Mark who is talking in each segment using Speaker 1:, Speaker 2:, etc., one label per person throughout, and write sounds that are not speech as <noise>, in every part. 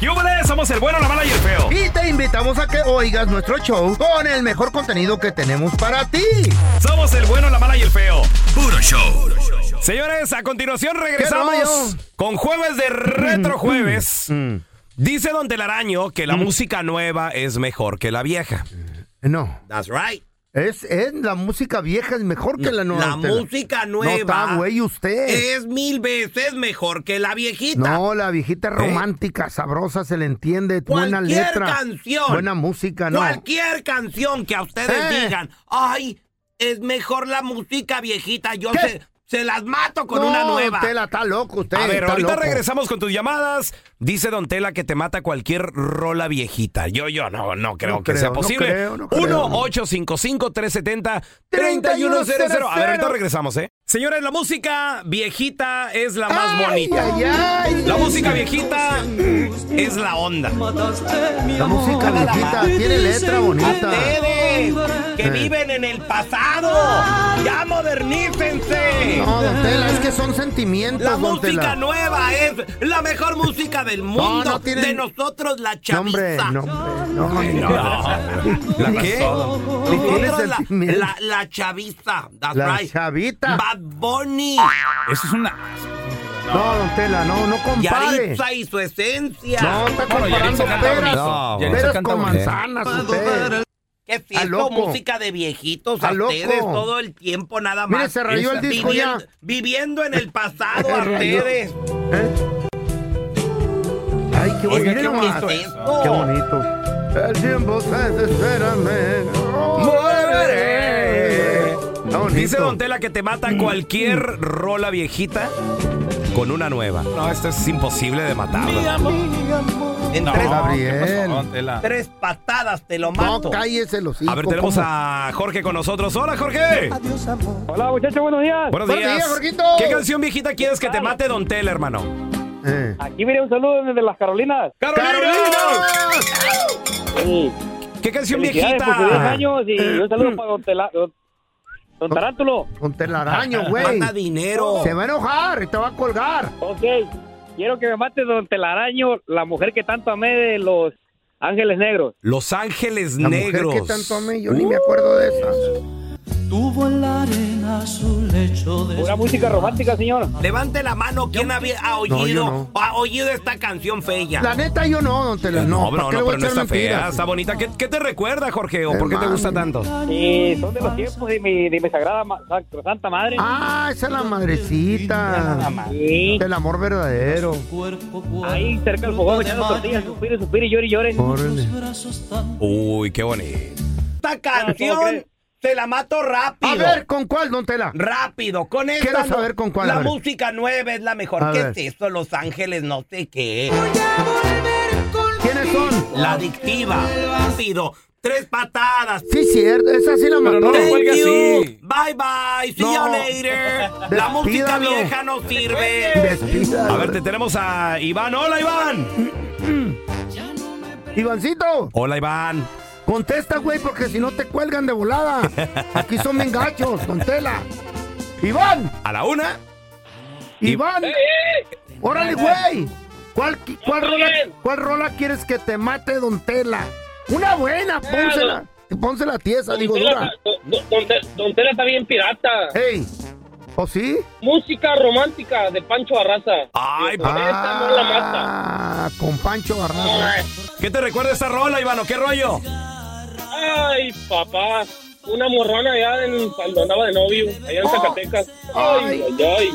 Speaker 1: ¡Yúbales! Somos el bueno, la mala y el feo.
Speaker 2: Y te invitamos a que oigas nuestro show con el mejor contenido que tenemos para ti.
Speaker 1: Somos el bueno, la mala y el feo.
Speaker 3: Puro show.
Speaker 1: Señores, a continuación regresamos
Speaker 2: rollo?
Speaker 1: con jueves de
Speaker 4: Mm,
Speaker 1: retrojueves. Dice Don Telaraño que la música nueva es mejor que la vieja.
Speaker 2: No.
Speaker 4: That's right.
Speaker 2: Es, es la música vieja es mejor que la nueva.
Speaker 4: La
Speaker 2: Tela.
Speaker 4: música
Speaker 2: No
Speaker 4: nueva
Speaker 2: está, güey, usted.
Speaker 4: es mil veces mejor que la viejita.
Speaker 2: No, la viejita es romántica, sabrosa, se le entiende, buena
Speaker 4: ¿Eh? Cualquier
Speaker 2: letra.
Speaker 4: canción.
Speaker 2: Buena música, no.
Speaker 4: Cualquier canción que a ustedes
Speaker 2: Eh.
Speaker 4: digan, ay, es mejor la música viejita, yo
Speaker 2: ¿Qué?
Speaker 4: se, se las mato con
Speaker 2: No,
Speaker 4: una nueva.
Speaker 2: Tela, está loco usted.
Speaker 1: A ver,
Speaker 2: está
Speaker 1: ahorita
Speaker 2: loco.
Speaker 1: regresamos con tus llamadas. Dice Don Tela que te mata cualquier rola viejita. Yo, yo, no, no creo
Speaker 2: No
Speaker 1: que sea
Speaker 2: creo, no
Speaker 1: posible.
Speaker 2: creo, no creo.
Speaker 1: 1-855-370-3100. A ver, ahorita regresamos, ¿eh? Señores, la música viejita es la más bonita.
Speaker 2: Ay, ay,
Speaker 1: La
Speaker 2: ay.
Speaker 1: música viejita es la onda.
Speaker 2: La música viejita tiene letra bonita.
Speaker 4: Ustedes que
Speaker 2: Eh.
Speaker 4: viven en el pasado, ya modernícense.
Speaker 2: No, don Tela, es que son sentimientos,
Speaker 4: La
Speaker 2: don
Speaker 4: música
Speaker 2: Tela.
Speaker 4: nueva es la mejor música del mundo.
Speaker 2: no tienen-
Speaker 4: De nosotros la
Speaker 2: No,
Speaker 4: chaviza.
Speaker 2: hombre, no, hombre, no.
Speaker 1: ¿La qué?
Speaker 2: Ni tiene
Speaker 4: Nosotros la,
Speaker 2: sentimiento.
Speaker 4: la- la chaviza. That's
Speaker 2: La
Speaker 4: right.
Speaker 2: chavita.
Speaker 4: Bad Bunny,
Speaker 3: Eso es una.
Speaker 2: No, don Tela, no, no compare.
Speaker 4: Yaritza y su esencia.
Speaker 2: No, está comparando
Speaker 3: Yaritza canta
Speaker 2: peras,
Speaker 3: bonito.
Speaker 2: no,
Speaker 3: Yaritza
Speaker 2: peras
Speaker 3: canta
Speaker 2: con
Speaker 3: bonito.
Speaker 2: manzanas. usted.
Speaker 4: Que si
Speaker 2: Está
Speaker 4: esto
Speaker 2: loco.
Speaker 4: música de viejitos a
Speaker 2: Está loco.
Speaker 4: ustedes todo el tiempo nada más.
Speaker 2: Mire, se rayó el disco
Speaker 4: viviendo,
Speaker 2: ya.
Speaker 4: viviendo en el pasado
Speaker 2: <laughs> Se
Speaker 4: a
Speaker 2: rayó.
Speaker 4: ustedes.
Speaker 2: ¿Eh? Ay, qué
Speaker 4: Oiga,
Speaker 2: bonito. Mire
Speaker 4: ¿qué
Speaker 2: nomás.
Speaker 4: bonito es esto?
Speaker 2: Qué bonito. El tiempo se desespera, me-
Speaker 1: Volveré.
Speaker 2: Está bonito.
Speaker 1: Dice Don Tela que te mata cualquier rola viejita con una nueva. No, esto es imposible de matarla.
Speaker 4: En
Speaker 3: No,
Speaker 4: tres,
Speaker 2: Gabriel.
Speaker 3: ¿qué pasó, don Tela?
Speaker 4: tres patadas te lo
Speaker 2: No,
Speaker 4: mato.
Speaker 2: cállese los hijos.
Speaker 1: A ver, tenemos a Jorge con nosotros. Hola, Jorge.
Speaker 5: Hola muchachos, buenos días.
Speaker 1: Buenos
Speaker 2: Buenos días,
Speaker 1: días.
Speaker 2: Jorgito.
Speaker 1: ¿Qué canción viejita quieres que te mate Don Tela, hermano?
Speaker 2: Eh.
Speaker 5: Aquí viene un saludo desde las Carolinas. Sí.
Speaker 1: ¿Qué canción
Speaker 5: Felicidades por sus 10
Speaker 1: viejita?
Speaker 5: años y un saludo para don, Tela- don, don Tarántulo.
Speaker 2: Con telaraño, güey.
Speaker 4: Mata dinero.
Speaker 2: Se va a enojar y te va a colgar.
Speaker 5: Ok, quiero que me mate don Telaraño, la mujer que tanto amé de los Ángeles Negros.
Speaker 1: Los Ángeles
Speaker 2: La
Speaker 1: Negros.
Speaker 2: mujer que tanto amé, yo ni me acuerdo de esa.
Speaker 5: Una música romántica, señor.
Speaker 4: Levante la mano quien había ha
Speaker 2: No,
Speaker 4: oído,
Speaker 2: yo no.
Speaker 4: ha oído esta canción fea.
Speaker 2: La neta, yo no, don Tela. No,
Speaker 1: No,
Speaker 2: ¿para
Speaker 1: bro,
Speaker 2: qué le
Speaker 1: no,
Speaker 2: voy
Speaker 1: pero no
Speaker 2: a echar
Speaker 1: está fea,
Speaker 2: mentiras?
Speaker 1: está bonita. ¿Qué, qué te recuerda, Jorge? ¿O por qué te gusta tanto?
Speaker 5: Y son de los tiempos de mi, de mi sagrada ma- sacro- santa madre.
Speaker 2: Ah, esa es la madrecita.
Speaker 5: Sí.
Speaker 2: Del amor verdadero.
Speaker 5: Ahí cerca del fogón echando tortillas, suspiro, suspiro y llore, y llore.
Speaker 2: Órale.
Speaker 1: Uy, qué bonito.
Speaker 4: Esta
Speaker 5: ¿cómo
Speaker 4: canción
Speaker 5: crees?
Speaker 4: te la mato rápido.
Speaker 2: A ver, ¿con cuál, don Tela?
Speaker 4: Rápido, con esta.
Speaker 2: Quiero
Speaker 4: no-
Speaker 2: saber con cuál, a
Speaker 4: La
Speaker 2: ver.
Speaker 4: música nueva es la mejor.
Speaker 2: A
Speaker 4: ¿Qué
Speaker 2: ver.
Speaker 4: es esto? Los Ángeles, no sé qué.
Speaker 2: ¿Quiénes son?
Speaker 4: La adictiva. Rápido. Tres patadas.
Speaker 2: Sí, cierto, esa sí la mató.
Speaker 3: no
Speaker 4: Thank
Speaker 3: cuelgue
Speaker 4: you.
Speaker 3: así.
Speaker 4: Bye bye. See
Speaker 2: No.
Speaker 4: you later. La música
Speaker 2: Despídalo.
Speaker 4: vieja no sirve.
Speaker 2: Despídalo.
Speaker 1: A ver, te tenemos a Iván. Hola, Iván.
Speaker 2: Ivancito,
Speaker 1: Hola, Iván.
Speaker 2: contesta, güey, porque si no te cuelgan de volada. Aquí son bien gachos, con tela. Iván,
Speaker 1: A la una.
Speaker 2: Iván. Órale, güey. ¿Cuál, qui- cuál, rola, ¿Cuál rola quieres que te mate, don Tela? Una buena, pónsela. Pónsela tiesa, digo dura. Eh.
Speaker 5: Don Tela está bien pirata.
Speaker 2: Ey, ¿o sí?
Speaker 5: Música romántica de Pancho Arraza.
Speaker 1: Ay, pa-
Speaker 2: Ah, con Pancho Barraza.
Speaker 1: ¿qué te recuerda esta rola, Iván? ¿O qué rollo?
Speaker 5: Ay, papá. Una morrona allá en, cuando andaba de novio, allá en
Speaker 2: Oh.
Speaker 5: Zacatecas.
Speaker 2: Ay,
Speaker 5: Ay, ay, ay.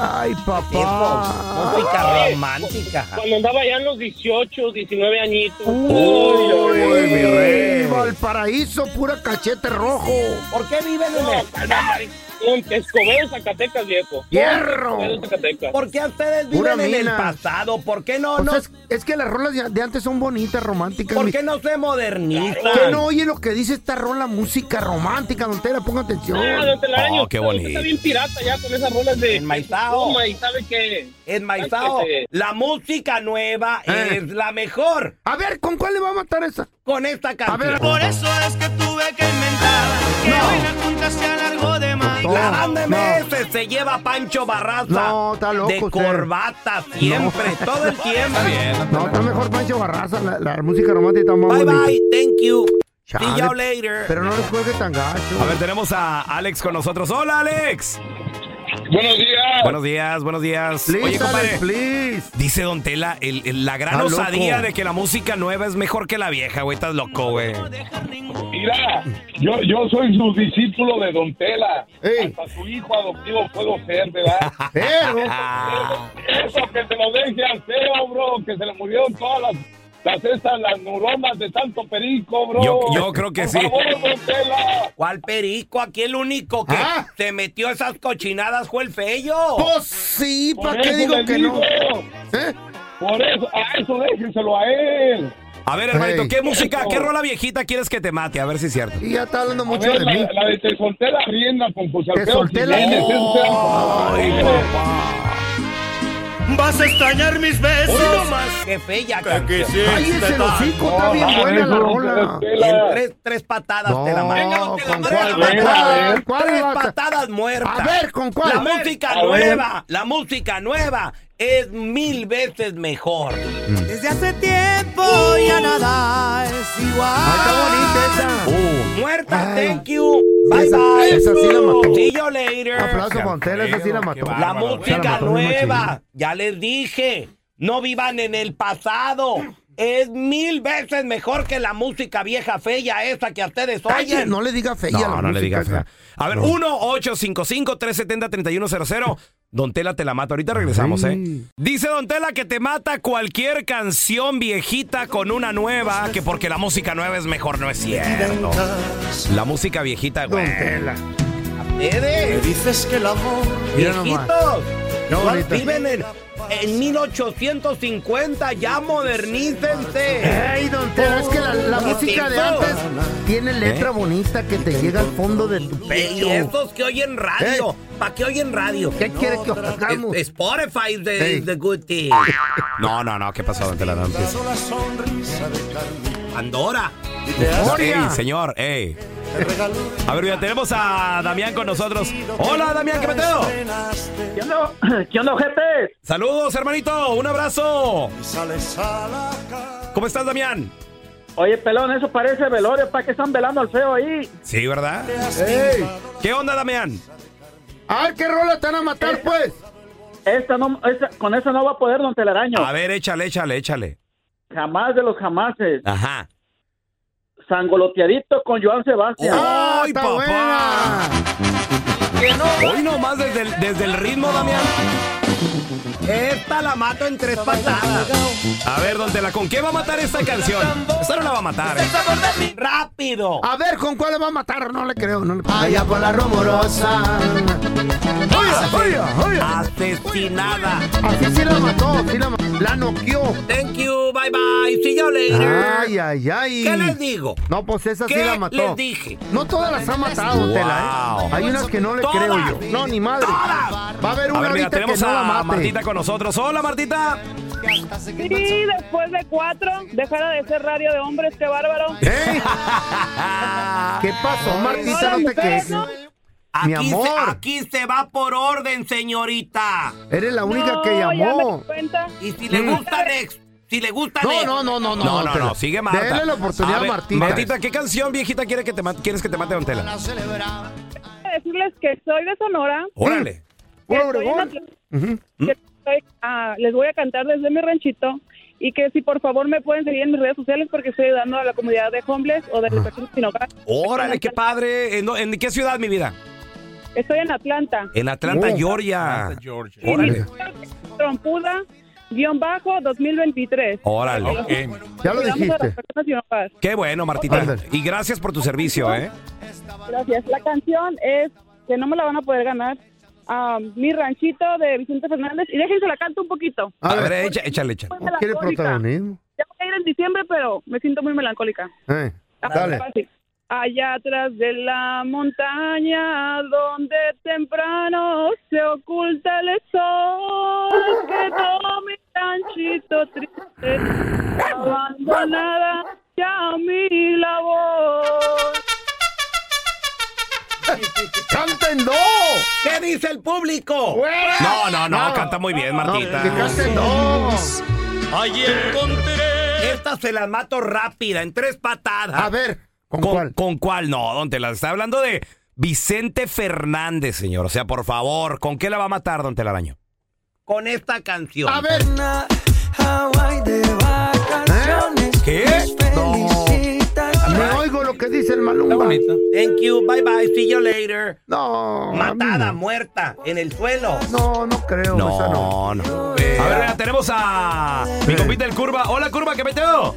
Speaker 2: Ay, papá.
Speaker 4: Música romántica.
Speaker 5: Cuando andaba allá en los 18, 19 añitos.
Speaker 2: Uh. Uy,
Speaker 5: Ay, ay, ay.
Speaker 2: mi Valparaíso, pura cachete rojo.
Speaker 4: ¿Por qué viven en
Speaker 5: No,
Speaker 4: el-
Speaker 5: calma, ay. No, Escobedo, Zacatecas, viejo.
Speaker 2: Hierro.
Speaker 5: Escobedo, Zacatecas.
Speaker 4: ¿Por qué ustedes
Speaker 2: Pura
Speaker 4: viven en el
Speaker 2: mina.
Speaker 4: pasado? ¿Por qué no,
Speaker 2: Pues
Speaker 4: no,
Speaker 2: es, es que las rolas de, de antes son bonitas, románticas.
Speaker 4: ¿por
Speaker 2: mi-
Speaker 4: qué no se modernizan?
Speaker 2: que no oye lo que dice esta rola música romántica, don Tela? Ponga atención.
Speaker 5: Ah, don Telaraño,
Speaker 1: Oh, qué
Speaker 5: usted
Speaker 1: bonito.
Speaker 5: Está bien pirata ya con esas rolas de.
Speaker 4: Enmaizao.
Speaker 5: Toma y sabe qué.
Speaker 4: Es Maizao,
Speaker 5: Ay, que se-
Speaker 4: la música nueva
Speaker 2: Eh.
Speaker 4: es la mejor
Speaker 2: A ver, ¿con cuál le va a matar esa?
Speaker 4: con esta
Speaker 2: A
Speaker 4: canción.
Speaker 2: ver,
Speaker 6: Por eso es que tuve que inventar que hoy la junta se alargó de más.
Speaker 4: La banda MS
Speaker 1: se lleva Pancho Barraza.
Speaker 2: No, está loco
Speaker 1: De
Speaker 2: usted.
Speaker 1: corbata siempre, todo <laughs> el tiempo.
Speaker 2: No, está mejor Pancho Barraza, la, la música romántica está más
Speaker 1: Bye
Speaker 2: bonita.
Speaker 1: bye, thank you.
Speaker 2: Chale,
Speaker 1: See you later.
Speaker 2: Pero no les cuelgue tan gacho.
Speaker 1: A ver, tenemos a Alex con nosotros. Hola, Alex.
Speaker 6: Buenos días.
Speaker 1: Buenos días, buenos días.
Speaker 2: please,
Speaker 1: Oye, compadre.
Speaker 2: Alex, please.
Speaker 1: Dice Don Tela, el- el- la gran
Speaker 2: Está
Speaker 1: osadía
Speaker 2: loco.
Speaker 1: de que la música nueva es mejor que la vieja, güey. Estás loco, <laughs> güey.
Speaker 6: Mira, yo, yo soy su discípulo de Don Tela.
Speaker 2: Ey.
Speaker 6: Hasta su hijo adoptivo puedo ser, ¿verdad?
Speaker 2: Pero,
Speaker 1: Ah,
Speaker 6: Eso que se lo deje al feo, bro, que se le murieron todas las, las estas, las neuronas de tanto perico, bro.
Speaker 1: Yo- yo creo que
Speaker 6: Por
Speaker 1: sí.
Speaker 6: favor, Don Tela.
Speaker 1: ¿Cuál perico? Aquí el único que
Speaker 2: Ah.
Speaker 1: te metió esas cochinadas fue el feyo.
Speaker 2: pues sí,
Speaker 6: Por
Speaker 2: ¿para qué
Speaker 6: eso
Speaker 2: digo
Speaker 6: le
Speaker 2: que
Speaker 6: digo,
Speaker 2: no? ¿Eh?
Speaker 6: Por eso, a eso déjenselo a él.
Speaker 1: A ver, hermanito,
Speaker 2: Ey. Oh.
Speaker 1: ¿qué música,
Speaker 6: Eso.
Speaker 1: qué rola viejita quieres que te mate? A ver si es cierto.
Speaker 2: Y ya está hablando
Speaker 6: A
Speaker 2: mucho
Speaker 6: ver,
Speaker 2: de
Speaker 6: la,
Speaker 2: mí.
Speaker 6: la de te solté la rienda con José
Speaker 2: Te
Speaker 6: Alfredo
Speaker 2: solté la-
Speaker 6: Jiménez, ese sea-
Speaker 1: Ay,
Speaker 4: Vas a extrañar mis besos.
Speaker 1: Hoy nomás, qué fea, canción.
Speaker 2: Cállese el hocico, está bien
Speaker 6: Ah,
Speaker 2: buena la
Speaker 6: eso,
Speaker 2: rola.
Speaker 6: Don Tela.
Speaker 1: Y en tres, tres patadas
Speaker 2: No,
Speaker 1: te la mato.
Speaker 2: Venga,
Speaker 1: te
Speaker 2: ¿con
Speaker 1: la mato,
Speaker 2: cuál?
Speaker 1: te la mato.
Speaker 2: Venga, a ver, ¿cuál
Speaker 1: Tres
Speaker 2: vas a-
Speaker 1: patadas muertas.
Speaker 2: A ver, ¿con cuál?
Speaker 1: La
Speaker 2: A ver,
Speaker 1: música
Speaker 6: a ver.
Speaker 1: nueva, la música nueva es mil veces mejor.
Speaker 2: Mm.
Speaker 1: Uh.
Speaker 7: Desde hace tiempo ya nada es
Speaker 2: Ah,
Speaker 7: igual.
Speaker 2: está bonita esa.
Speaker 1: Uh, Muerta,
Speaker 2: Ay.
Speaker 1: thank you. Bye
Speaker 2: Esa-
Speaker 1: bye.
Speaker 2: esa sí la mató.
Speaker 1: See you later.
Speaker 2: Aplauso, Montela, esa sí la mató.
Speaker 1: La
Speaker 2: Bárbaro,
Speaker 1: música
Speaker 2: la mató bien
Speaker 1: nueva,
Speaker 2: machín.
Speaker 1: ya les dije, no vivan en el pasado. Es mil veces mejor que la música vieja fea esa que a ustedes
Speaker 2: Oye,
Speaker 1: oyen.
Speaker 2: no le diga fea a la música esa.
Speaker 1: A ver, 1-855-370-3100. Don Tela te la mata. Ahorita regresamos, ¿eh? Dice Don Tela que te mata cualquier canción viejita con una nueva, que porque la música nueva es mejor, no es cierto. La música viejita,
Speaker 2: Don
Speaker 1: güey.
Speaker 2: Tela.
Speaker 1: Ustedes,
Speaker 7: Dices que el amor
Speaker 2: Mira nomás.
Speaker 1: viejitos,
Speaker 2: Qué
Speaker 1: no,
Speaker 2: bonito.
Speaker 1: viven en, en 1850, ya modernícense.
Speaker 2: Ey, don Tela, es que la,
Speaker 1: Oh,
Speaker 2: la música de antes tiene letra bonita que te llega al fondo de tu
Speaker 1: Y
Speaker 2: pecho.
Speaker 1: estos que oyen radio, ¿para qué oyen radio?
Speaker 2: ¿Qué quiere que os hagamos?
Speaker 1: Es- Spotify is the,
Speaker 2: Ey.
Speaker 1: is the good thing. <laughs> No, no, no, ¿qué pasó? Don Tela? No empieces.
Speaker 7: la sonrisa de Carmen.
Speaker 1: Pandora.
Speaker 2: Gloria.
Speaker 1: Ey, señor, ey. A ver, ya tenemos a Damián con nosotros. Hola, Damián, ¿qué meteo?
Speaker 5: ¿Qué onda, <clears throat> ¿Qué onda gente?
Speaker 1: Saludos, hermanito, un abrazo.
Speaker 7: Sales a la calle.
Speaker 1: ¿Cómo estás, Damián?
Speaker 5: Oye, pelón, eso parece velorio. ¿Para qué están velando al feo ahí?
Speaker 1: Sí, ¿verdad?
Speaker 2: Ey.
Speaker 1: ¿Qué onda, Damián?
Speaker 2: ¡Ay, qué rola te van a
Speaker 1: Eh,
Speaker 2: matar, pues!
Speaker 5: Esta no, esta- con esa no va a poder, don Telaraño.
Speaker 1: A ver, échale, échale, échale.
Speaker 5: Jamás de los jamases.
Speaker 1: Ajá.
Speaker 5: Sangoloteadito con Joan Sebastián.
Speaker 2: ¡Ah,
Speaker 1: ¡Ay,
Speaker 2: está
Speaker 1: papá!
Speaker 2: buena!
Speaker 1: Hoy nomás desde el, desde el ritmo, Damián. Esta la mato en tres patadas. A ver, don Tela, ¿con qué va a matar esta canción? Esta no la va a matar. ¿eh? ¡Rápido!
Speaker 2: A ver, ¿con cuál le va a matar? No le creo, no le creo.
Speaker 7: Allá por la rumorosa.
Speaker 2: ¡Oye, oye,
Speaker 1: Ah.
Speaker 2: oye!
Speaker 1: Asesinada.
Speaker 2: Así sí la mató, sí la mató. La noqueó.
Speaker 1: Thank you, bye bye. See you later.
Speaker 2: Ay, ay, ay.
Speaker 1: Ah. ¿Qué les digo?
Speaker 2: No, pues esa sí
Speaker 1: ¿Qué
Speaker 2: la mató.
Speaker 1: les dije?
Speaker 2: No todas las ha matado,
Speaker 1: Wow.
Speaker 2: Tela, ¿eh? Hay unas que no le
Speaker 1: Todas.
Speaker 2: creo yo. No, ni madre.
Speaker 1: Todas.
Speaker 2: Va a haber
Speaker 1: A
Speaker 2: una
Speaker 1: ver, mira,
Speaker 2: ahorita que
Speaker 1: tenemos
Speaker 2: no la
Speaker 1: a
Speaker 2: mate.
Speaker 1: Martita con nosotros. Hola, Martita.
Speaker 8: Sí, después de cuatro, dejara de ser radio de hombres, qué bárbaro.
Speaker 1: <laughs>
Speaker 2: ¿Eh? ¿Qué pasó, Martita? No te crees. Mi
Speaker 1: Aquí se-
Speaker 2: amor.
Speaker 1: aquí se va por orden, señorita.
Speaker 2: Eres la única
Speaker 8: No,
Speaker 2: que
Speaker 8: ya
Speaker 2: llamó.
Speaker 8: me di cuenta.
Speaker 1: Y si le gusta Next, si le gusta
Speaker 2: No,
Speaker 1: Next.
Speaker 2: no, no, no, no,
Speaker 1: No, no,
Speaker 2: Tela.
Speaker 1: no, sigue Marta.
Speaker 2: Dele la oportunidad a Martita.
Speaker 1: Martita, ¿qué canción viejita quiere que te ma- quieres que te mate Don Tela?
Speaker 8: Quiero Decirles que soy de Sonora.
Speaker 1: <clears throat> Órale.
Speaker 8: que
Speaker 2: Puro
Speaker 8: soy
Speaker 2: Oh, Obregón. ¿Mm?
Speaker 8: una- que soy- ah, les voy a cantar desde mi ranchito y que si por favor me pueden seguir en mis redes sociales porque estoy ayudando a la comunidad de homeless o
Speaker 2: Ah.
Speaker 8: de los vecinos sin hogar.
Speaker 1: Órale, qué padre. ¿En, do- en qué ciudad, mi vida?
Speaker 8: Estoy en Atlanta.
Speaker 1: En Atlanta,
Speaker 2: Oh.
Speaker 1: Georgia.
Speaker 3: George.
Speaker 1: Órale.
Speaker 8: Trompuda, guión bajo, 2023.
Speaker 1: Órale.
Speaker 2: Oh, Ya lo
Speaker 8: Ayudamos a
Speaker 2: dijiste.
Speaker 8: las personas sin hogar.
Speaker 1: Qué bueno, Martita.
Speaker 2: Ándale.
Speaker 1: Y gracias por tu servicio, ¿eh?
Speaker 8: Gracias. La canción es que no me la van a poder ganar. Ah, mi ranchito de Vicente Fernández. Y déjense la canto un poquito.
Speaker 1: A ver, echa- échale, échale.
Speaker 8: Muy
Speaker 2: ¿no quiere
Speaker 8: melancólica.
Speaker 2: protagonismo?
Speaker 8: Ya voy a ir en diciembre, pero me siento muy melancólica.
Speaker 2: Eh,
Speaker 8: Ah,
Speaker 2: dale.
Speaker 8: fácil. Allá atrás de la montaña, donde temprano se oculta el sol, quedó mi ranchito triste, abandonada ya mi labor.
Speaker 2: ¡Canten dos!
Speaker 4: ¿Qué dice el público?
Speaker 1: No, no, no, canta muy bien, Martita.
Speaker 2: dos.
Speaker 4: Allí encontré. Esta se la mato rápida, en tres patadas.
Speaker 2: A ver, ¿con,
Speaker 1: ¿Con,
Speaker 2: cuál?
Speaker 1: con cuál? No, don Tela. Está hablando de Vicente Fernández, señor. O sea, por favor, ¿con qué la va a matar, don Telaraño?
Speaker 4: Con esta canción.
Speaker 2: A ver,
Speaker 7: Hawaii de
Speaker 2: ¿Eh?
Speaker 7: vacaciones.
Speaker 1: ¿Qué?
Speaker 2: me oigo lo que dice el Malumba.
Speaker 4: Thank you, bye bye, see you later.
Speaker 2: No. a mí
Speaker 4: Matada,
Speaker 2: no.
Speaker 4: muerta, en el suelo.
Speaker 2: No, no creo. esa
Speaker 1: No,
Speaker 2: no.
Speaker 1: no. A ver, ya tenemos a mi compita el Curva. Hola, Curva, ¿qué meteo?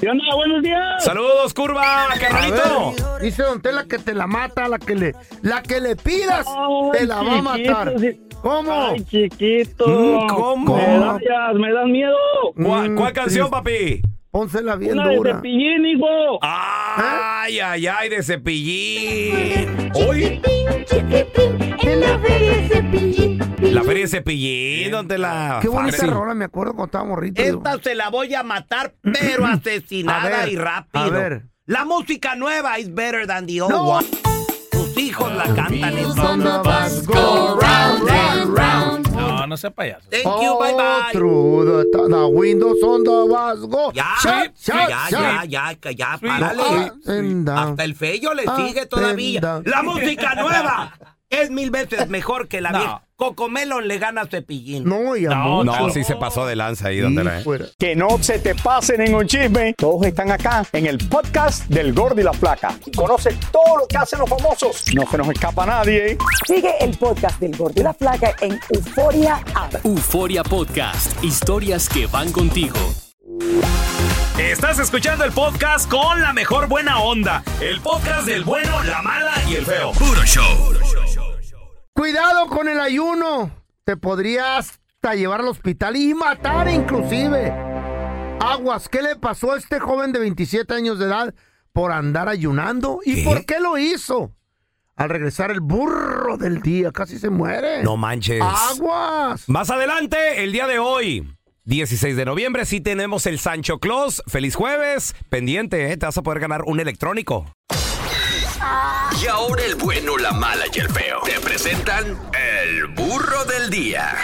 Speaker 5: ¿Qué onda? Buenos días.
Speaker 1: Saludos, Curva,
Speaker 2: A
Speaker 1: carnalito.
Speaker 2: ver, dice Don Tela que te la mata, la que le, la que le pidas,
Speaker 5: Ay,
Speaker 2: te la va a matar.
Speaker 5: chiquito, sí.
Speaker 2: ¿Cómo?
Speaker 5: Ay, chiquito.
Speaker 1: Mm, ¿cómo?
Speaker 5: Medallas, me das miedo.
Speaker 1: ¿Cuál,
Speaker 2: Mm,
Speaker 1: cuál canción,
Speaker 2: triste.
Speaker 1: papi?
Speaker 2: Pónsela bien
Speaker 5: Una de
Speaker 2: dura.
Speaker 5: cepillín, hijo.
Speaker 2: ¿Ah?
Speaker 1: Ay, ay, ay, de cepillín. Hoy,
Speaker 9: En la feria de Cepillín.
Speaker 1: la feria de cepillín, don Tela.
Speaker 2: Qué bonita
Speaker 1: Fácil.
Speaker 2: rola, me acuerdo cuando estaba morrito. digo.
Speaker 4: Esta se la voy a matar, pero asesinada
Speaker 2: <clears throat> A ver,
Speaker 4: y rápido.
Speaker 2: a ver.
Speaker 4: La música nueva is better than the old
Speaker 2: No.
Speaker 4: one. Tus hijos la cantan. esta.
Speaker 3: No, no sea payaso.
Speaker 4: Thank you, bye bye.
Speaker 2: Otro, the, the Windows on the bus go.
Speaker 4: Ya,
Speaker 2: Shut, shut,
Speaker 4: ya,
Speaker 2: shut.
Speaker 4: ya, ya, ya, ya, párale.
Speaker 2: Up and down.
Speaker 4: Hasta el feyo le
Speaker 2: Ah,
Speaker 4: sigue todavía.
Speaker 2: penda.
Speaker 4: La música nueva es mil veces mejor que la
Speaker 3: No.
Speaker 4: vieja. Cocomelon le gana a Cepillín.
Speaker 2: No, ya
Speaker 3: No,
Speaker 1: No, sí se pasó de lanza ahí, don Tela. ¿eh?
Speaker 10: Que no se te pasen en un chisme. Todos están acá en el podcast del Gordi y la Flaca. Conoce todo lo que hacen los famosos. No se nos escapa nadie.
Speaker 11: Sigue el podcast del Gordo y la Flaca en Euforia App.
Speaker 7: Euforia Podcast, historias que van contigo.
Speaker 3: Estás escuchando el podcast con la mejor buena onda. El podcast del bueno, la mala y el feo. Puro show.
Speaker 2: Cuidado con el ayuno. Te podrías hasta llevar al hospital y matar inclusive. Aguas, ¿qué le pasó a este joven de 27 años de edad por andar ayunando? ¿Y
Speaker 1: ¿Qué?
Speaker 2: por qué lo hizo? Al regresar el burro del día, casi se muere.
Speaker 1: No manches.
Speaker 2: Aguas.
Speaker 1: Más adelante, el día de hoy, 16 de noviembre, sí tenemos el Sancho Claus. Feliz jueves. Pendiente, ¿eh? te vas a poder ganar un electrónico.
Speaker 10: Y ahora el bueno, la mala y el feo. Te presentan el burro del día.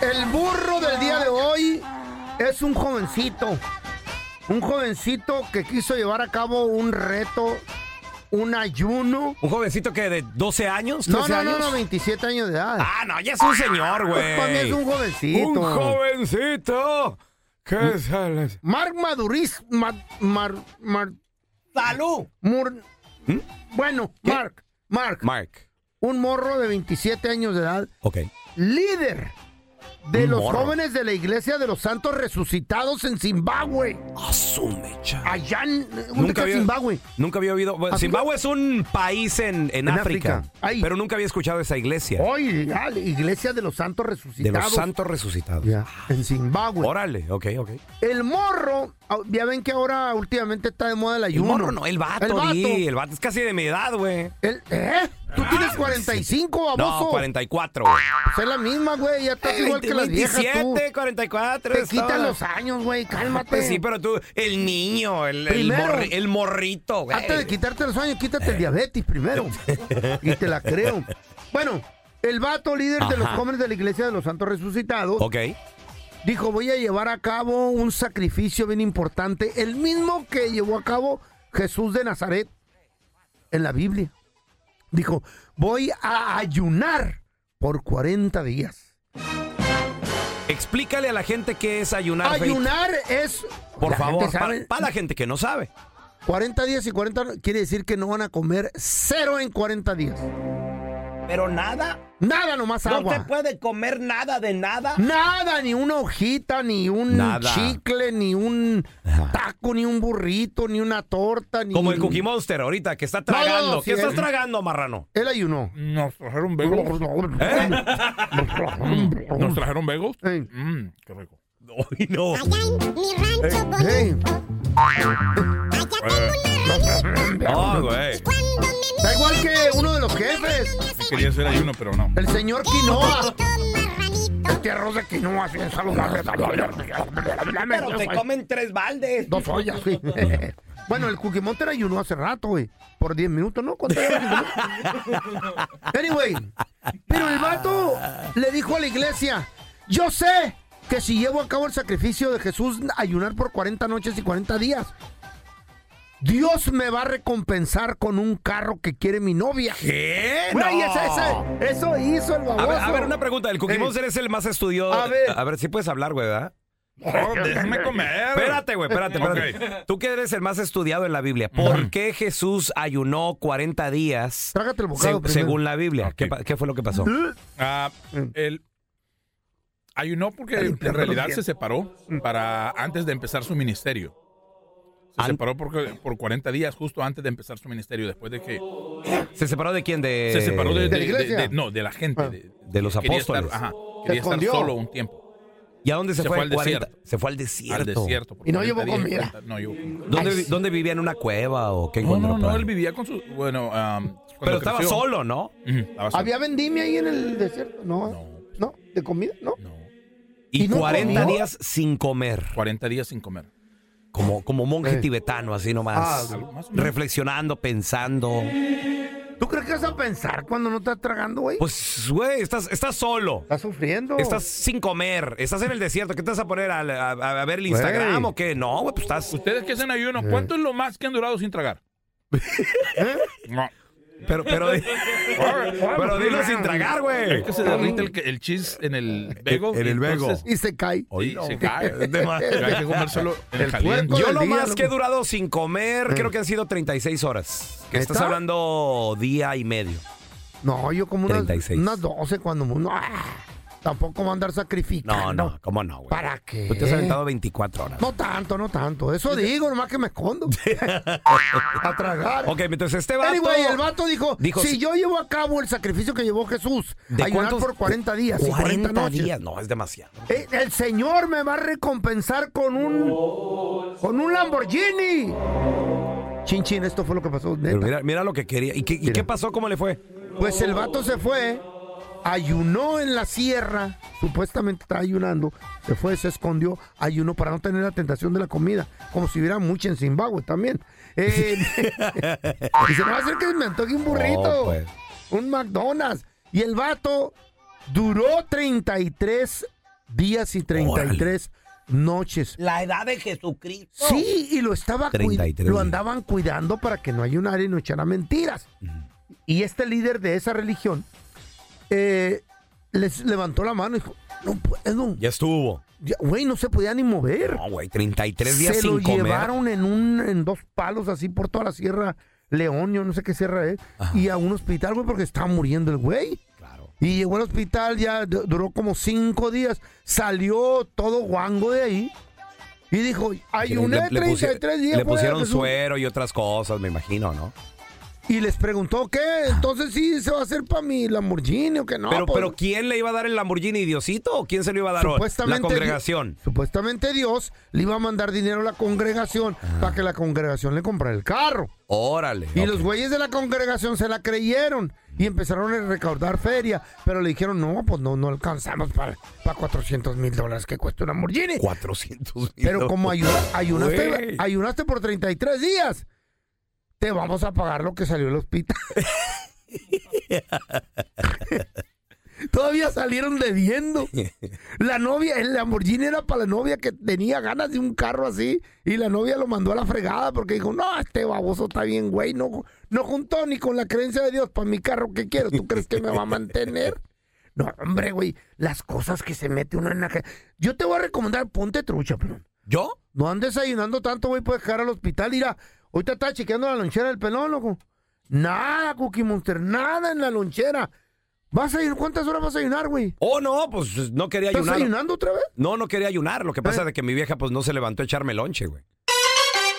Speaker 2: El burro del día de hoy es un jovencito. Un jovencito que quiso llevar a cabo un reto, un ayuno.
Speaker 1: Un jovencito que de 12 años, 13
Speaker 2: No, no,
Speaker 1: años.
Speaker 2: no, no, 27 años de edad.
Speaker 1: Ah, no, ya es Pues, un señor, güey.
Speaker 2: Para mí Pues, es un jovencito.
Speaker 1: Un jovencito. ¿Qué sales?
Speaker 2: Marc Maduriz. Mar, Mar, Mar-
Speaker 4: ¡Salud!
Speaker 2: Mur-
Speaker 1: ¿Mm?
Speaker 2: Bueno, Marc. Marc.
Speaker 1: Mark.
Speaker 2: Un morro de 27 años de edad.
Speaker 1: Ok.
Speaker 2: Líder de
Speaker 1: Un
Speaker 2: los
Speaker 1: morro.
Speaker 2: jóvenes de la iglesia de los santos resucitados en Zimbabue.
Speaker 1: Asume, chaval.
Speaker 2: Allá en. eh, ¿Dónde queda
Speaker 1: había-
Speaker 2: Zimbabue?
Speaker 1: Nunca había oído. bueno,
Speaker 2: ¿África?
Speaker 1: Zimbabue es un país en, en
Speaker 2: En
Speaker 1: África.
Speaker 2: África. Oh, Ahí.
Speaker 1: Pero nunca había escuchado esa iglesia.
Speaker 2: Hoy, la iglesia de los santos
Speaker 1: de
Speaker 2: resucitados.
Speaker 1: los santos resucitados.
Speaker 2: Ya, en Zimbabue.
Speaker 1: Órale, ok, ok.
Speaker 2: El morro, ah, ya ven que ahora últimamente está de moda el
Speaker 1: El
Speaker 2: ayuno.
Speaker 1: morro no, el vato,
Speaker 2: El
Speaker 1: di,
Speaker 2: vato.
Speaker 1: el vato. es casi de mi edad, güey.
Speaker 2: El- ¿Eh? ¿Tú tienes 45, baboso?
Speaker 1: Ah, No, 44.
Speaker 2: Pues es la misma, güey. Ya estás igual que las viejas tú.
Speaker 1: 27, 44.
Speaker 2: Te
Speaker 1: es
Speaker 2: quitan
Speaker 1: todo.
Speaker 2: los años, güey. Cálmate.
Speaker 1: Pues sí, pero tú, el niño, el, el
Speaker 2: Primero.
Speaker 1: morri- el morrito, güey.
Speaker 2: Antes de quitarte los años, quítate el diabetes primero. y te la creo. Bueno, el vato líder de los
Speaker 1: Ajá.
Speaker 2: jóvenes de la iglesia de los santos resucitados
Speaker 1: Ok.
Speaker 2: dijo, voy a llevar a cabo un sacrificio bien importante, el mismo que llevó a cabo Jesús de Nazaret en la Biblia. Dijo, voy a ayunar por 40 días.
Speaker 1: Explícale a la gente qué es ayunar. Feito.
Speaker 2: Ayunar es...
Speaker 1: Por
Speaker 2: la
Speaker 1: favor,
Speaker 2: gente
Speaker 1: para
Speaker 2: sabe-
Speaker 1: la gente que no sabe.
Speaker 2: 40 días y 40 no- quiere decir que no van a comer cero en 40 días.
Speaker 4: Pero nada,
Speaker 2: Nada nomás
Speaker 4: no se
Speaker 2: agua.
Speaker 4: puede comer nada de nada.
Speaker 2: Nada, ni una hojita, ni un
Speaker 1: Nada.
Speaker 2: chicle, ni un taco, ni un burrito, ni una torta, ni
Speaker 1: Como el Cookie Monster ahorita que está
Speaker 2: no,
Speaker 1: tragando.
Speaker 2: sí,
Speaker 1: ¿Qué estás
Speaker 2: eh.
Speaker 1: tragando, marrano?
Speaker 2: Él ayunó.
Speaker 3: Nos trajeron
Speaker 1: ¿Eh?
Speaker 2: <laughs>
Speaker 3: vegos. Nos trajeron vegos.
Speaker 2: Ey,
Speaker 3: Mmm, qué rico.
Speaker 1: Ay, no.
Speaker 4: Ah,
Speaker 9: Allá en mi
Speaker 2: ey,
Speaker 9: rancho bonito. Allá tengo una ranita.
Speaker 1: Ah, güey.
Speaker 9: Cuando me
Speaker 2: Está igual que uno de los jefes,
Speaker 3: Quería hacer ayuno, pero no.
Speaker 2: el señor Quinoa.
Speaker 9: marranito.
Speaker 2: Este arroz de quinoa, bien saludable.
Speaker 4: Pero se comen tres baldes.
Speaker 2: Dos ollas, sí. <laughs> Bueno, el Cookie Monster ayunó hace rato, güey. Por 10 minutos, ¿no? ¿Cuánto lleva? <laughs> anyway, pero el vato le dijo a la iglesia, yo sé que si llevo a cabo el sacrificio de Jesús, ayunar por 40 noches y 40 días, Dios me va a recompensar con un carro que quiere mi novia.
Speaker 1: ¿Qué?
Speaker 2: Güey,
Speaker 1: No.
Speaker 2: esa- esa- eso hizo el baboso.
Speaker 1: A ver, a ver, una pregunta. El Cookie
Speaker 2: Eh.
Speaker 1: Monster es el más estudiado.
Speaker 2: A ver.
Speaker 1: A ver, si puedes hablar, güey, ¿verdad?
Speaker 12: déjame comer.
Speaker 1: Espérate, güey, espérate, espérate. Tú que eres el más estudiado en la Biblia, ¿por qué Jesús ayunó 40 días?
Speaker 2: Trágate el bocado primero.
Speaker 1: según la Biblia. ¿Qué, pa- qué fue lo que pasó?
Speaker 12: Ah,
Speaker 1: Mm.
Speaker 12: él ayunó porque en realidad se separó para antes de empezar su ministerio. Se separó por, por 40 días justo antes de empezar su ministerio, después de que
Speaker 1: ¿Se separó de quién? Eh, De,
Speaker 12: se separó de,
Speaker 1: la
Speaker 12: de- de-
Speaker 1: iglesia? Ah.
Speaker 12: de- no, de la gente. de,
Speaker 1: De los
Speaker 12: quería
Speaker 1: apóstoles.
Speaker 12: estar- ajá, quería estar solo un tiempo.
Speaker 1: ¿Y a dónde se,
Speaker 12: Se
Speaker 1: fue?
Speaker 12: fue al
Speaker 1: 40?
Speaker 12: desierto.
Speaker 1: Se fue al desierto.
Speaker 12: Al desierto. por
Speaker 1: ¿Y no llevó
Speaker 12: 40 días,
Speaker 1: comida?
Speaker 12: 40 no llevó comida.
Speaker 1: ¿Dónde, vi- dónde vivía? ¿En una cueva o qué encontró?
Speaker 12: No,
Speaker 1: por
Speaker 12: no,
Speaker 1: ahí?
Speaker 12: él vivía con su... Bueno, am, cuando
Speaker 1: Pero estaba
Speaker 12: creció-
Speaker 1: solo, ¿no?
Speaker 12: Ujú, estaba solo.
Speaker 2: ¿Había vendimia ahí en el desierto? No. ¿No? ¿De comida? No.
Speaker 1: Y,
Speaker 2: ¿Y no
Speaker 1: 40
Speaker 2: comió?
Speaker 1: días sin comer.
Speaker 12: 40 días sin comer.
Speaker 1: Como, como monje tibetano, así nomás.
Speaker 2: Ah,
Speaker 1: reflexionando, pensando.
Speaker 2: ¿Tú crees que vas a pensar cuando no estás tragando, güey?
Speaker 1: Pues, güey, estás, estás solo.
Speaker 2: Estás sufriendo.
Speaker 1: Estás sin comer, estás en el desierto. ¿Qué te vas a poner al- a, a- a ver el Instagram
Speaker 12: Güey.
Speaker 1: o qué? No, güey, pues estás.
Speaker 12: Ustedes que hacen ayuno,
Speaker 1: Eh.
Speaker 12: ¿cuánto es lo más que han durado sin tragar? No.
Speaker 1: Pero,
Speaker 12: <laughs>
Speaker 1: pero, pero dilo sin tragar, güey.
Speaker 12: Es que se derrite el, el cheese en el vego.
Speaker 1: Eh, En el vego.
Speaker 2: Y se cae.
Speaker 12: Oye, se cae.
Speaker 1: <laughs> Es de más.
Speaker 12: Hay que comérselo en
Speaker 1: El
Speaker 12: caliente.
Speaker 1: Yo lo más que he durado sin comer, creo que han sido 36 horas. Que estás
Speaker 2: Eh. ¿Neta?
Speaker 1: hablando día y medio.
Speaker 2: No, yo como unas,
Speaker 1: 36.
Speaker 2: unas 12 cuando... mu- No, ah, tampoco voy a andar sacrificando.
Speaker 1: No, no, ¿cómo no, güey?
Speaker 2: Ah, ¿Para qué?
Speaker 1: Tú te has aventado 24 horas.
Speaker 2: No tanto, no tanto. Eso digo, nomás que
Speaker 1: <laughs>
Speaker 2: me escondo.
Speaker 1: a
Speaker 2: tragar.
Speaker 1: Ok, entonces este vato...
Speaker 2: Anyway, el vato dijo,
Speaker 1: Dijo,
Speaker 2: si
Speaker 1: sí.
Speaker 2: yo llevo a cabo el sacrificio que llevó Jesús,
Speaker 1: ¿de
Speaker 2: ayunar
Speaker 1: cuántos-
Speaker 2: por 40 días y 40 noches,
Speaker 1: días, no, es demasiado.
Speaker 2: eh, el Señor me va a recompensar con un con un Lamborghini. Chin, chin, esto fue lo que pasó. neta.
Speaker 1: Pero mira, mira lo que quería. ¿Y qué, y qué pasó? ¿Cómo le fue?
Speaker 2: Pues el vato se fue, ayunó en la sierra, supuestamente estaba ayunando, se fue, se escondió, ayunó para no tener la tentación de la comida, como si hubiera mucha en Zimbabue también. Eh, <laughs> y se me va a hacer que me antoje un burrito,
Speaker 1: No, pues.
Speaker 2: un McDonald's. Y el vato duró 33 días y 33 noches.
Speaker 4: La edad de Jesucristo.
Speaker 2: Sí, y lo estaba cui-
Speaker 1: 33
Speaker 2: lo
Speaker 1: días.
Speaker 2: andaban cuidando para que no ayunara y no echara mentiras. Y este líder de esa religión eh, les levantó la mano y dijo, no puedo.
Speaker 1: Ya estuvo.
Speaker 2: Ya, Güey, no se podía ni mover.
Speaker 1: No, güey, 33 días
Speaker 2: se
Speaker 1: sin
Speaker 2: lo
Speaker 1: comer.
Speaker 2: llevaron en un, en dos palos así por toda la sierra León, yo no sé qué sierra es, y a un hospital, güey, porque estaba muriendo el güey. Y llegó al hospital, ya du- duró como cinco días, salió todo guango de ahí y dijo, ayuné
Speaker 1: Le- le pusi-
Speaker 2: 33 días.
Speaker 1: Le
Speaker 2: pues, fuera de
Speaker 1: pusieron
Speaker 2: Jesús".
Speaker 1: suero y otras cosas, me imagino, ¿no?
Speaker 2: Y les preguntó, ¿qué? Entonces sí se va a hacer para mi Lamborghini o que no.
Speaker 1: pero,
Speaker 2: pues,
Speaker 1: pero ¿quién le iba a dar el Lamborghini, Diosito? ¿O quién se lo iba a dar?
Speaker 2: Supuestamente-
Speaker 1: La congregación.
Speaker 2: supuestamente Dios le iba a mandar dinero a la congregación para que la congregación le comprara el carro.
Speaker 1: Órale.
Speaker 2: Y
Speaker 1: ok.
Speaker 2: los güeyes de la congregación se la creyeron y empezaron a recaudar feria, pero le dijeron, no, pues no, no alcanzamos para, para 400 mil dólares que cuesta una Lamborghini.
Speaker 1: 400 mil
Speaker 2: Pero como ayu- ayunaste,
Speaker 1: Güey.
Speaker 2: ayunaste por 33 días, te vamos a pagar lo que salió el hospital. <laughs> Todavía salieron debiendo. La novia, el Lamborghini era para la novia que tenía ganas de un carro así. Y la novia lo mandó a la fregada porque dijo: No, este baboso está bien, güey. No, no juntó ni con la creencia de Dios para mi carro que quiero. ¿Tú crees que me va a mantener? No, hombre, güey. Las cosas que se mete uno en la. ca- Yo te voy a recomendar: ponte trucha, pelón.
Speaker 1: ¿Yo?
Speaker 2: No andes ayunando tanto, güey. Puedes llegar al hospital. Mira, ahorita está chequeando la lonchera del pelón, loco. Nada, Cookie Monster. Nada en la lonchera. ¿Vas a ir? ¿Cuántas horas vas a ayunar, güey?
Speaker 1: Oh, no, pues no quería
Speaker 2: ¿Estás
Speaker 1: ayunar.
Speaker 2: ayunando otra vez?
Speaker 1: No, no quería ayunar. Lo que
Speaker 2: Eh.
Speaker 1: pasa es que mi vieja pues no se levantó a echarme lonche, güey.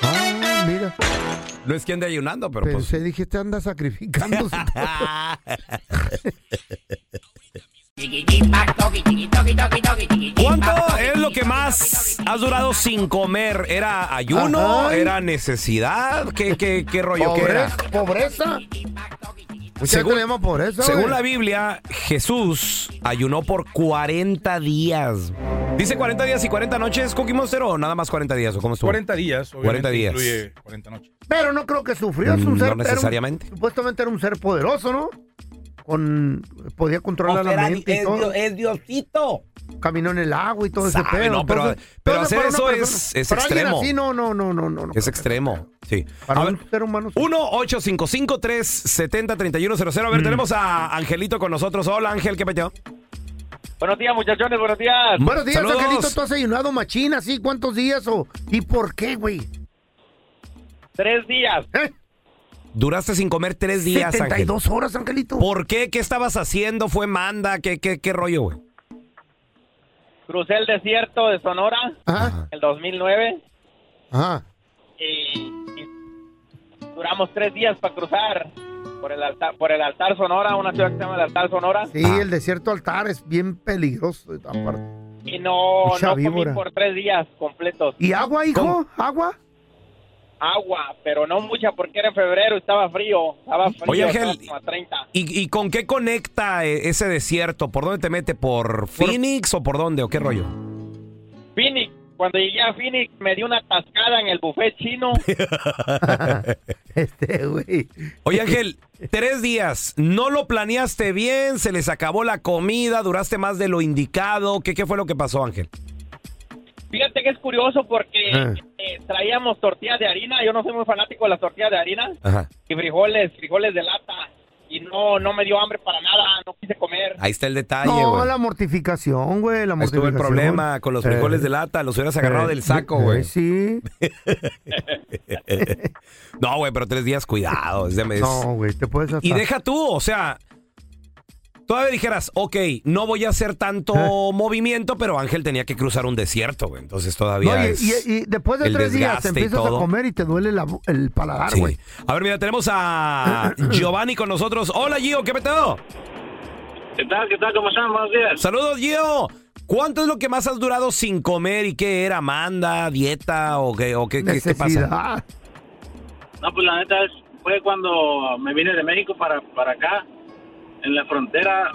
Speaker 2: Ah, mira.
Speaker 1: No es que ande ayunando, pero pues...
Speaker 2: Pensé, dije, te anda <laughs> sacrificándose.
Speaker 1: <laughs> ¿Cuánto es lo que más has durado sin comer? ¿Era ayuno?
Speaker 2: Ajá. <laughs>
Speaker 1: ¿Era necesidad? ¿Qué, qué, qué rollo? ¿Qué
Speaker 2: Pobre- Pues
Speaker 1: era?
Speaker 2: Pobreza. Según, llama por eso,
Speaker 1: según
Speaker 2: güey.
Speaker 1: la Biblia, Jesús ayunó por 40 días. ¿Dice 40 días y 40 noches, Cookie Monster, o nada más 40 días? ¿O cómo estuvo?
Speaker 12: 40 días, obviamente
Speaker 1: 40 días.
Speaker 12: incluye 40 noches.
Speaker 2: Pero no creo que sufrió. Es un
Speaker 1: Mm,
Speaker 2: ser,
Speaker 1: no
Speaker 2: era un-
Speaker 1: necesariamente.
Speaker 2: supuestamente era un ser poderoso, ¿no? Con, podía controlar
Speaker 1: O sea,
Speaker 2: la
Speaker 1: era-
Speaker 2: mente y
Speaker 1: es
Speaker 2: todo.
Speaker 1: Dios- es Diosito.
Speaker 2: Caminó en el agua y todo ese
Speaker 1: Sabe,
Speaker 2: pedo.
Speaker 1: no, pero- pero hacer
Speaker 2: para una
Speaker 1: eso es- es
Speaker 2: para alguien
Speaker 1: extremo.
Speaker 2: Así, no, no, no, no, no. no.
Speaker 1: Es extremo, sí. A ver,
Speaker 2: Ser humano.
Speaker 1: 1-855-370-3100. A
Speaker 2: Mm.
Speaker 1: ver, tenemos a Angelito con nosotros. Hola, Ángel, ¿qué peteo?
Speaker 13: Buenos días, muchachones, buenos días.
Speaker 2: Buenos días, Angelito. ¿Tú has ayunado machín así? ¿Cuántos días o y por qué, güey? ¿Eh?
Speaker 13: Tres días.
Speaker 1: Duraste sin comer tres días, Ángel.
Speaker 2: 72 horas, Angelito.
Speaker 1: ¿Por qué? ¿Qué estabas haciendo? ¿Fue manda? ¿Qué, qué, qué rollo, güey?
Speaker 13: Crucé el desierto de Sonora en el 2009
Speaker 2: Ajá.
Speaker 13: y, y duramos tres días para cruzar por el altar, por el altar Sonora, una ciudad que se llama el altar Sonora.
Speaker 2: Sí, el desierto altar es bien peligroso. aparte.
Speaker 13: Y no,
Speaker 2: Mucha
Speaker 13: no comí
Speaker 2: víbora.
Speaker 13: por tres días completos.
Speaker 2: ¿Y agua, hijo? ¿Agua? <laughs>
Speaker 13: Agua, pero no mucha porque era en febrero y estaba frío. Estaba frío,
Speaker 1: Oye, Ángel,
Speaker 13: estaba como a 30.
Speaker 1: ¿Y, y con qué conecta eh, ese desierto? ¿Por dónde te mete? ¿Por Phoenix o por dónde? ¿O qué rollo?
Speaker 13: Phoenix, cuando llegué a Phoenix me di una tascada en el buffet
Speaker 1: <laughs>
Speaker 13: chino.
Speaker 2: este, güey.
Speaker 1: Oye, Ángel, tres días. ¿No lo planeaste bien? ¿Se les acabó la comida? ¿Duraste más de lo indicado? ¿Qué, qué fue lo que pasó, Ángel?
Speaker 13: Fíjate que es curioso porque
Speaker 1: Ah.
Speaker 13: eh, traíamos tortillas de harina. Yo no soy muy fanático de las tortillas de harina.
Speaker 1: Ajá.
Speaker 13: Y frijoles, frijoles de lata. Y no, no me dio hambre para nada. No quise comer.
Speaker 1: Ahí está el detalle,
Speaker 2: No,
Speaker 1: güey.
Speaker 2: la mortificación, güey, la
Speaker 1: Ahí estuvo
Speaker 2: mortificación.
Speaker 1: el problema con los frijoles
Speaker 2: Eh,
Speaker 1: de lata. Los hubieras agarrado
Speaker 2: eh,
Speaker 1: del saco,
Speaker 2: eh,
Speaker 1: güey.
Speaker 2: Sí.
Speaker 1: no, güey, pero tres días, cuidado. es de mes.
Speaker 2: No, güey, te puedes hasta...
Speaker 1: Y deja tú, o sea, todavía dijeras, ok, no voy a hacer tanto movimiento, pero Ángel tenía que cruzar un desierto, güey. Entonces
Speaker 2: No,
Speaker 1: todavía
Speaker 2: y,
Speaker 1: es
Speaker 2: y- y después de
Speaker 1: el
Speaker 2: tres días te
Speaker 1: desgaste y
Speaker 2: empiezas a
Speaker 1: todo.
Speaker 2: comer y te duele la bo- el paladar,
Speaker 1: Sí.
Speaker 2: güey.
Speaker 1: A ver, mira, tenemos a
Speaker 2: <clears throat>
Speaker 1: Giovanni con nosotros. Hola, Gio, ¿qué petado?
Speaker 14: ¿Qué tal? ¿Qué tal? ¿Cómo están? Buenos días.
Speaker 1: Saludos, Gio. ¿Cuánto es lo que más has durado sin comer y qué era? ¿Manda, dieta o qué, o qué, qué- qué pasa?
Speaker 14: No, pues la neta es, fue cuando me vine de México para, para acá, en la frontera,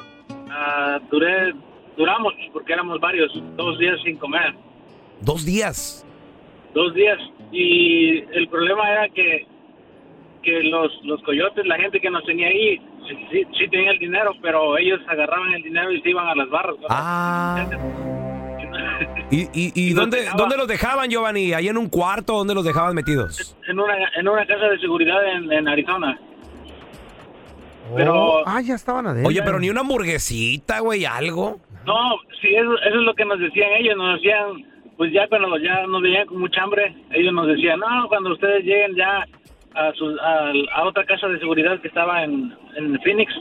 Speaker 14: ah, duré, duramos, porque éramos varios, dos días sin comer,
Speaker 1: Dos días.
Speaker 14: dos días. Y el problema era que, que los, los coyotes, la gente que nos tenía ahí, sí, sí, sí tenía el dinero, pero ellos agarraban el dinero y se iban a las barras. ¿no?
Speaker 1: Ah. ¿Y, y, y
Speaker 14: los
Speaker 1: dónde,
Speaker 14: dejaba.
Speaker 1: dónde los dejaban, Giovanni? ¿Ahí en un cuarto? ¿Dónde los dejaban metidos?
Speaker 14: En una, en una casa de seguridad en, en Arizona. Pero-
Speaker 2: Oh, ah, ya estaban adentro.
Speaker 1: Oye, pero ni una hamburguesita, güey, algo.
Speaker 14: No, sí, eso, eso es lo que nos decían ellos, nos decían, pues ya cuando ya nos veían con mucha hambre, ellos nos decían, no, cuando ustedes lleguen ya a, sus- a, a otra casa de seguridad que estaba en, en Phoenix,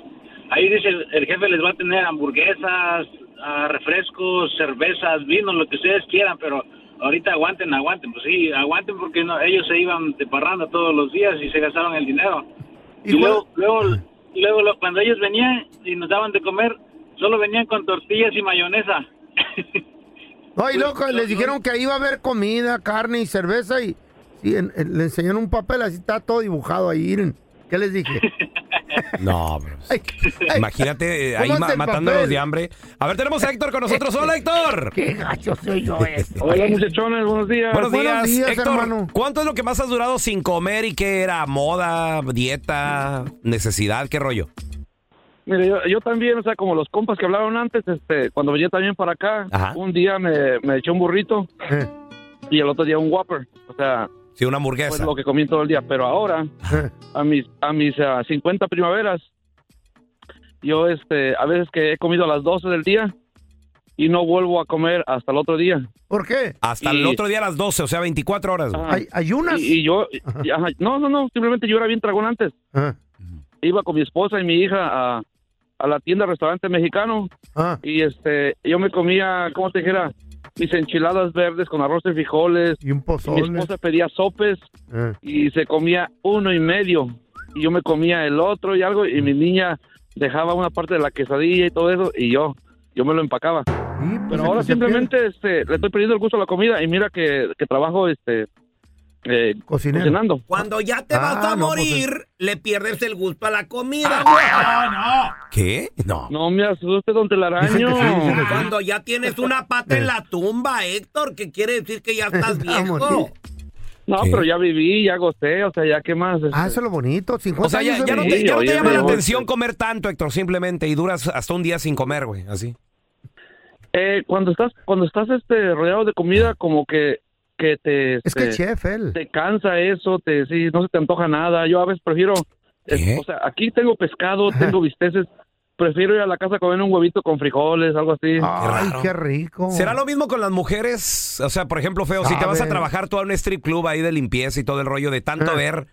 Speaker 14: ahí dice, el, el jefe les va a tener hamburguesas, ah, refrescos, cervezas, vinos, lo que ustedes quieran, pero ahorita aguanten, aguanten, pues sí, aguanten porque no, ellos se iban de parranda todos los días y se gastaban el dinero. Y, luego, luego, luego lo- cuando ellos venían y nos daban de comer, solo venían con tortillas y mayonesa.
Speaker 2: No, y loco, les dijeron que ahí iba a haber comida, carne y cerveza y, y en- en- le enseñaron un papel, así está todo dibujado ahí, miren. ¿Qué
Speaker 15: <laughs>
Speaker 2: les dije? <laughs>
Speaker 1: No, bro.
Speaker 2: Ay, ay.
Speaker 1: Imagínate eh, ahí
Speaker 2: ¿Cómo
Speaker 1: ma-
Speaker 2: hace el
Speaker 1: matándolos
Speaker 2: papel? Eh,
Speaker 1: de hambre. A ver, tenemos a Héctor con nosotros. ¡Hola, Héctor!
Speaker 2: ¡Qué gacho soy yo
Speaker 1: <laughs>
Speaker 2: este!
Speaker 15: Hola muchachones, buenos días.
Speaker 1: Buenos días, Héctor. ¿Cuánto es lo que más has durado sin comer y qué era? ¿Moda, dieta, necesidad? ¿Qué rollo?
Speaker 15: Mire, yo, yo también, o sea, como los compas que hablaron antes, este, cuando venía también para acá,
Speaker 1: Ajá.
Speaker 15: un día me, me eché un burrito y el otro día un Whopper. O sea,
Speaker 1: sí, una hamburguesa.
Speaker 13: Pues
Speaker 15: lo que comí todo el día. Pero ahora, a mis, a mis ah, 50 primaveras, yo este, a veces que he comido a las 12 del día y no vuelvo a comer hasta el otro día.
Speaker 2: ¿Por qué?
Speaker 1: Hasta el
Speaker 15: Y-
Speaker 1: otro día a las 12, o sea, 24 horas.
Speaker 13: Ah.
Speaker 1: güey.
Speaker 2: ¿Ayunas?
Speaker 15: Y, y yo, y- ajá, no, no, no, simplemente yo era bien tragón antes.
Speaker 2: Ah,
Speaker 15: Iba con mi esposa y mi hija a, a la tienda restaurante mexicano
Speaker 2: ah,
Speaker 15: y este yo me comía, ¿cómo te dijera? Mis enchiladas verdes con arroz y frijoles.
Speaker 2: Y un Ah.
Speaker 15: Mi esposa pedía sopes y se comía uno y medio. Y yo me comía el otro y algo y mi niña dejaba una parte de la quesadilla y todo eso y yo, yo me lo empacaba.
Speaker 2: pues,
Speaker 15: Pero ahora simplemente este, le estoy perdiendo el gusto a la comida y mira que, que trabajo este
Speaker 13: eh,
Speaker 2: Cocinero.
Speaker 13: cocinando.
Speaker 16: Cuando ya te vas
Speaker 13: Ah,
Speaker 16: a
Speaker 13: no, pues
Speaker 16: morir, le pierdes el gusto a la comida.
Speaker 13: Ah,
Speaker 1: ¿Qué? No.
Speaker 13: No me asuste, don Telaraño.
Speaker 16: Cuando ya tienes una pata en la tumba, Héctor, que quiere decir que ya estás viejo.
Speaker 13: No, pero ya viví, ya gocé, o sea, ya qué más.
Speaker 2: Ah, eso es lo bonito. 50
Speaker 1: O sea, ya,
Speaker 2: años de
Speaker 1: ya no
Speaker 2: vida.
Speaker 1: te, ya no te llama la atención comer tanto, Héctor, simplemente, y duras hasta un día sin comer, güey, así.
Speaker 13: Eh, cuando estás, cuando estás este rodeado de comida, como que, que te
Speaker 2: Es que
Speaker 13: este,
Speaker 2: chef, él.
Speaker 13: te cansa eso, te sí, no se te antoja nada. Yo a veces prefiero, es- o sea, aquí tengo pescado, tengo bisteces, prefiero ir a la casa a comer un huevito con frijoles, algo así.
Speaker 2: Ay, qué rico.
Speaker 1: ¿Será lo mismo con las mujeres? O sea, por ejemplo, Feo, si te vas a
Speaker 2: Oh. Sabe. Ah.
Speaker 1: trabajar tú a un strip club ahí de limpieza y todo el rollo de tanto ver,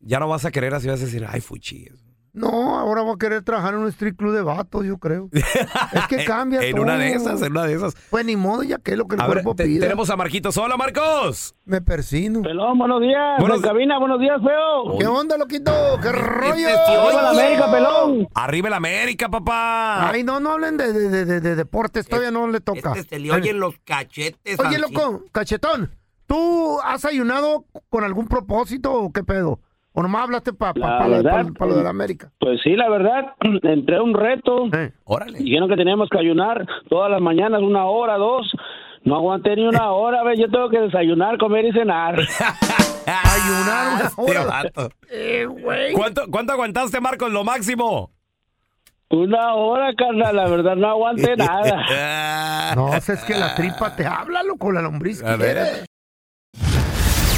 Speaker 1: ya no vas a querer así, vas a decir, ay, fuchi.
Speaker 2: No, ahora voy a querer trabajar en un street club de vatos, yo creo. <laughs> es que cambia
Speaker 1: En una de
Speaker 2: todo.
Speaker 1: esas, en una de esas.
Speaker 2: Pues ni modo, ya que es lo que el
Speaker 1: A ver,
Speaker 2: cuerpo
Speaker 1: te-
Speaker 2: pide.
Speaker 1: tenemos a Marquitos. Hola, Marcos.
Speaker 2: Me persino.
Speaker 8: Pelón, buenos días.
Speaker 1: Buenos
Speaker 8: en cabina, buenos días, feo.
Speaker 2: ¿Qué onda, loquito? ¿Qué rollo?
Speaker 8: Arriba la América, pelón.
Speaker 1: Arriba el América, papá.
Speaker 2: Ay, no, no hablen de, de- de- de- de deportes, todavía no le toca.
Speaker 16: Este
Speaker 1: Este
Speaker 16: Se le oyen los cachetes.
Speaker 2: Oye,
Speaker 16: así.
Speaker 2: loco, cachetón, ¿tú has ayunado con algún propósito o qué pedo? ¿O nomás hablaste para
Speaker 8: La
Speaker 2: lo, de-
Speaker 8: verdad, eh,
Speaker 2: pa- pa lo de la América? Eh.
Speaker 8: Pues sí,
Speaker 15: <clears throat>
Speaker 8: la verdad, entré a un reto.
Speaker 1: Órale.
Speaker 8: Dijeron que teníamos que ayunar todas las mañanas, una hora, dos. No aguanté ni una hora, a ver, yo tengo que desayunar, comer y cenar.
Speaker 2: Ayunar
Speaker 1: una hora. este
Speaker 2: Eh,
Speaker 1: ¿Cuánto, ¿Cuánto aguantaste, Marcos? Lo máximo.
Speaker 8: Una hora, carnal, la verdad, no
Speaker 1: <laughs>
Speaker 8: aguanté nada.
Speaker 1: Ah.
Speaker 2: No, o sea, es que la tripa te habla, loco, la lombriz.
Speaker 1: A ver.
Speaker 2: quiere.